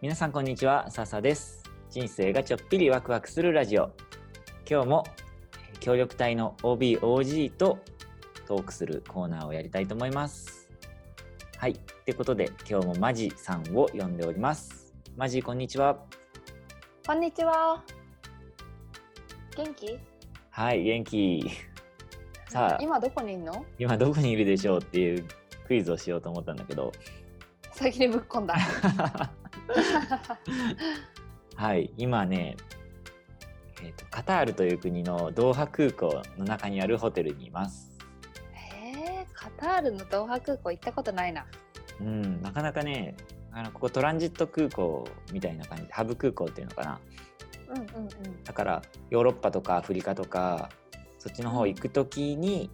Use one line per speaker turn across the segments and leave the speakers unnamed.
皆さんこんにちは笹です人生がちょっぴりワクワクするラジオ今日もえー協力隊の OBOG とトークするコーナーをやりたいと思いますはいってことで今日もマジさんを呼んでおりますマジこんにちは
こんにちは。元気？
はい元気さあ
今どこにいんの？
今どこにいるでしょうっていうクイズをしようと思ったんだけど
先にぶっこんだ。
はい今ねえーとカタールという国のドーハ空港の中にあるホテルにいます
へえ、カタールのドーハ空港行ったことないな。
うん、なかなかねあのここトランジット空港みたいな感じハブ空港っていうのかな
うんうんうん。
だからヨーロッパとかアフリカとかそっちの方行く時に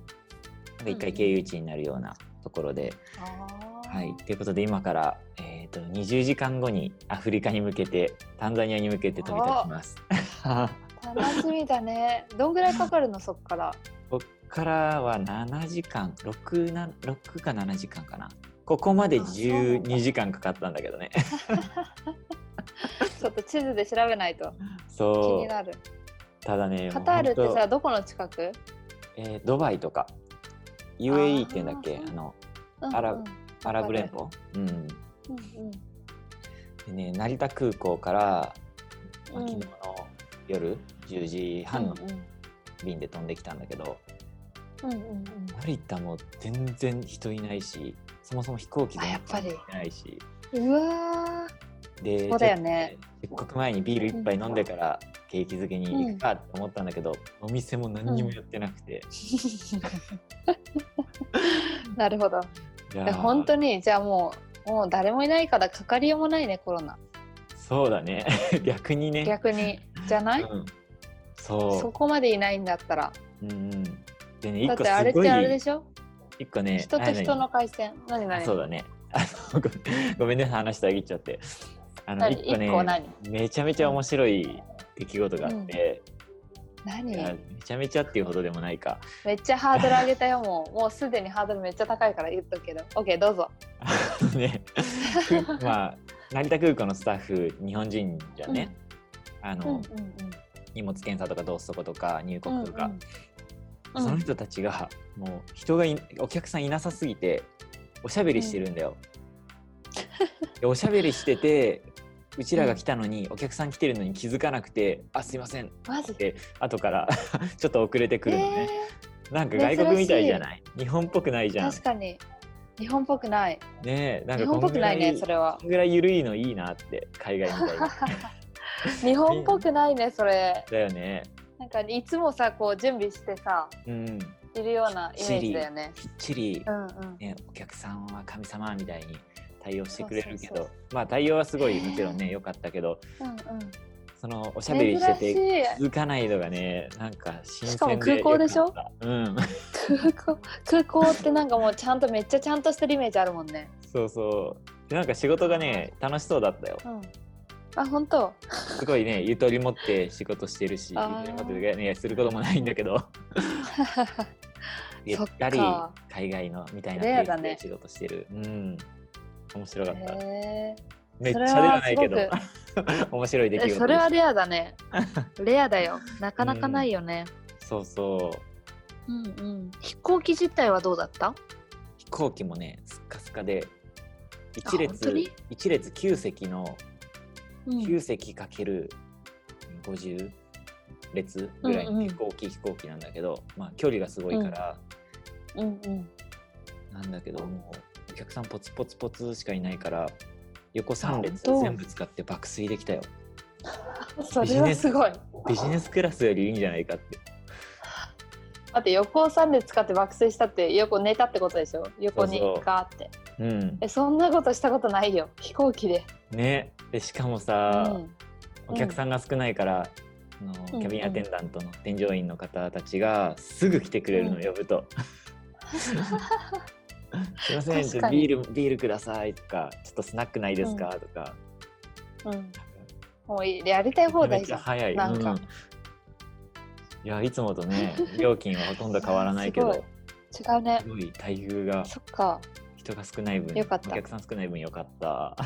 なんか一回経由地になるようなところで、
ああ。
はいということで今から、えー、と20時間後にアフリカに向けてタンザニアに向けて飛び立ちます
楽しみだね。どんぐらいかかるのそっから？
こっからは7時間6な6か7時間かなここまで
あそうなんだ
12時間かかったんだけ どね
ちょっと地図で調べないと気
そ
に
う
なる。
ただねもう
カタールって
本当
さどこの近く？
えードバイとか UAE
あー
って言うんだっけあの
うんうん
あらアラブ連邦、うん
うんうん。
でね、成田空港から、まあ
うん
昨日の夜10時半の
う
便で飛んできたんだけど、
んうんうんうんうん。
成田も全然人いないしそもそも飛行機
あやっぱり
いないし
うわ
で
そうだよね
ちょっとせっかく前にビール一杯飲んでから景気づけに行くかと思ったんだけど、お店も何にもやってなくて、
ー。なるほど。
いや
え
ー
本当にじゃあもうもう誰もいないからかかりようもないねコロナ
そうだね 逆にね
逆にじゃない、
うん、そう
そこまでいないんだったら
うんうん、でね、一
だ
個
って
す
あれっ
ごい
て、あれでしょ、
一個ね、
人
あ
と人の回線何
何
何
そうだね。あのごごめんね、話遮っちゃって。あの、
何
一個ね
一個何
めちゃめちゃ面白い出来事があって、
何
いやめちゃめちゃっていうほどでもない か。
めっちゃハードル上げたよもうもうすでにハードルめっちゃ高いから言っとくけど OK どうぞ
あのね、くまあ、成田空港のスタッフ、日本人じゃね、あ
うんう
の、
ん
荷物検査とか同室ととか入
うん
国とか、
うん
その
うん
人たちが、もう人がいお客さんいなさすぎておしゃべりしてるんだよ。でおしゃべりしててうちらが来たのに、お客さん来てるのに気づかなくて「あすいません
マジ」
で後から ちょっと遅れてくるのね、なんか外
珍
国
しい
みたいじゃない日本っぽくない
え
じ
ー
ゃん
確かに日本っぽくない
ねえなん
日
か
本っ
こ
ぽ
ん
く
ぐ
な
ら
い
い
ねそれは
こんぐらい緩いのいいなって海外みたい に
日本っぽくないねそれ
だよね
なんかいつもさこう準備してさ
うんきっ
いるようなイメージだよね。
ちり
うんうん。
ね、お客さんは神様みたいに対応してくれるけど
そうそう
まあ対応はすごいもちろんね良かったけど
うん
そのおしゃべりしてて
珍しい
気づかないのがねなんか新鮮で
しかも空港でしょ
良かったうん、
空港空港ってなんかもうちゃんとめっちゃちゃんとしてるイメージあるもんね。
そうそうでなんか仕事がね楽しそうだったよ
うん。あ本当。
すごいねゆとり持って仕事してるしゆ
あー
とり持ってるねすることもないんだけどゆ
そ
っ
っか
たり海外のみたいな
レア
ペ
だ
ース
ね
で仕事してる、うん面白かった、
へ
めっちゃ
それ
で
は
はないけど
す
面白い出
え。
来事
え
でし
そ
た
れはレアだ ね。レアだよ。なかなかないよね。
そうそう
うんうん。飛行機自体はどうだった？
飛行機もねスッカスカで
あ
一
本当
列
に
一列9席の
うん
9席かける50列ぐらい
うん
の
うん
結構大きい飛行機なんだけど、まあ距離がすごいから
うんうん。
なんだけど、もうお客さんポツポツポツしかいないから横3列
あ本当
全部使って爆睡できたよ
それはすごい。待
ビジネスクラスよりいいんじゃないかって
って横三列使って爆睡したって横寝たってことでしょ？横に
そうそう
ガーって。
うん
えそんなことしたことないよ。飛行機で。
ねでしかも
う
さ、
ん。
お客さんが少ないから、あ
うん
の
うん
キャビンアテンダントの添乗員の方たちがすぐ来てくれるの
う
を
ん
呼ぶ と。すいませんちょっと
確かに
ビールビールくださいとかちょっとスナックないですか、とか
うん。もういやりたい放
めっ
題
ち
じ
ゃ
ゃん。
早い
なんか
うんいやいつもと ね料金はほとんど変わらないけど
す違うね
す。ごい待遇が
そっか。
人が少ない分
よかった
お客さん少ない分よかった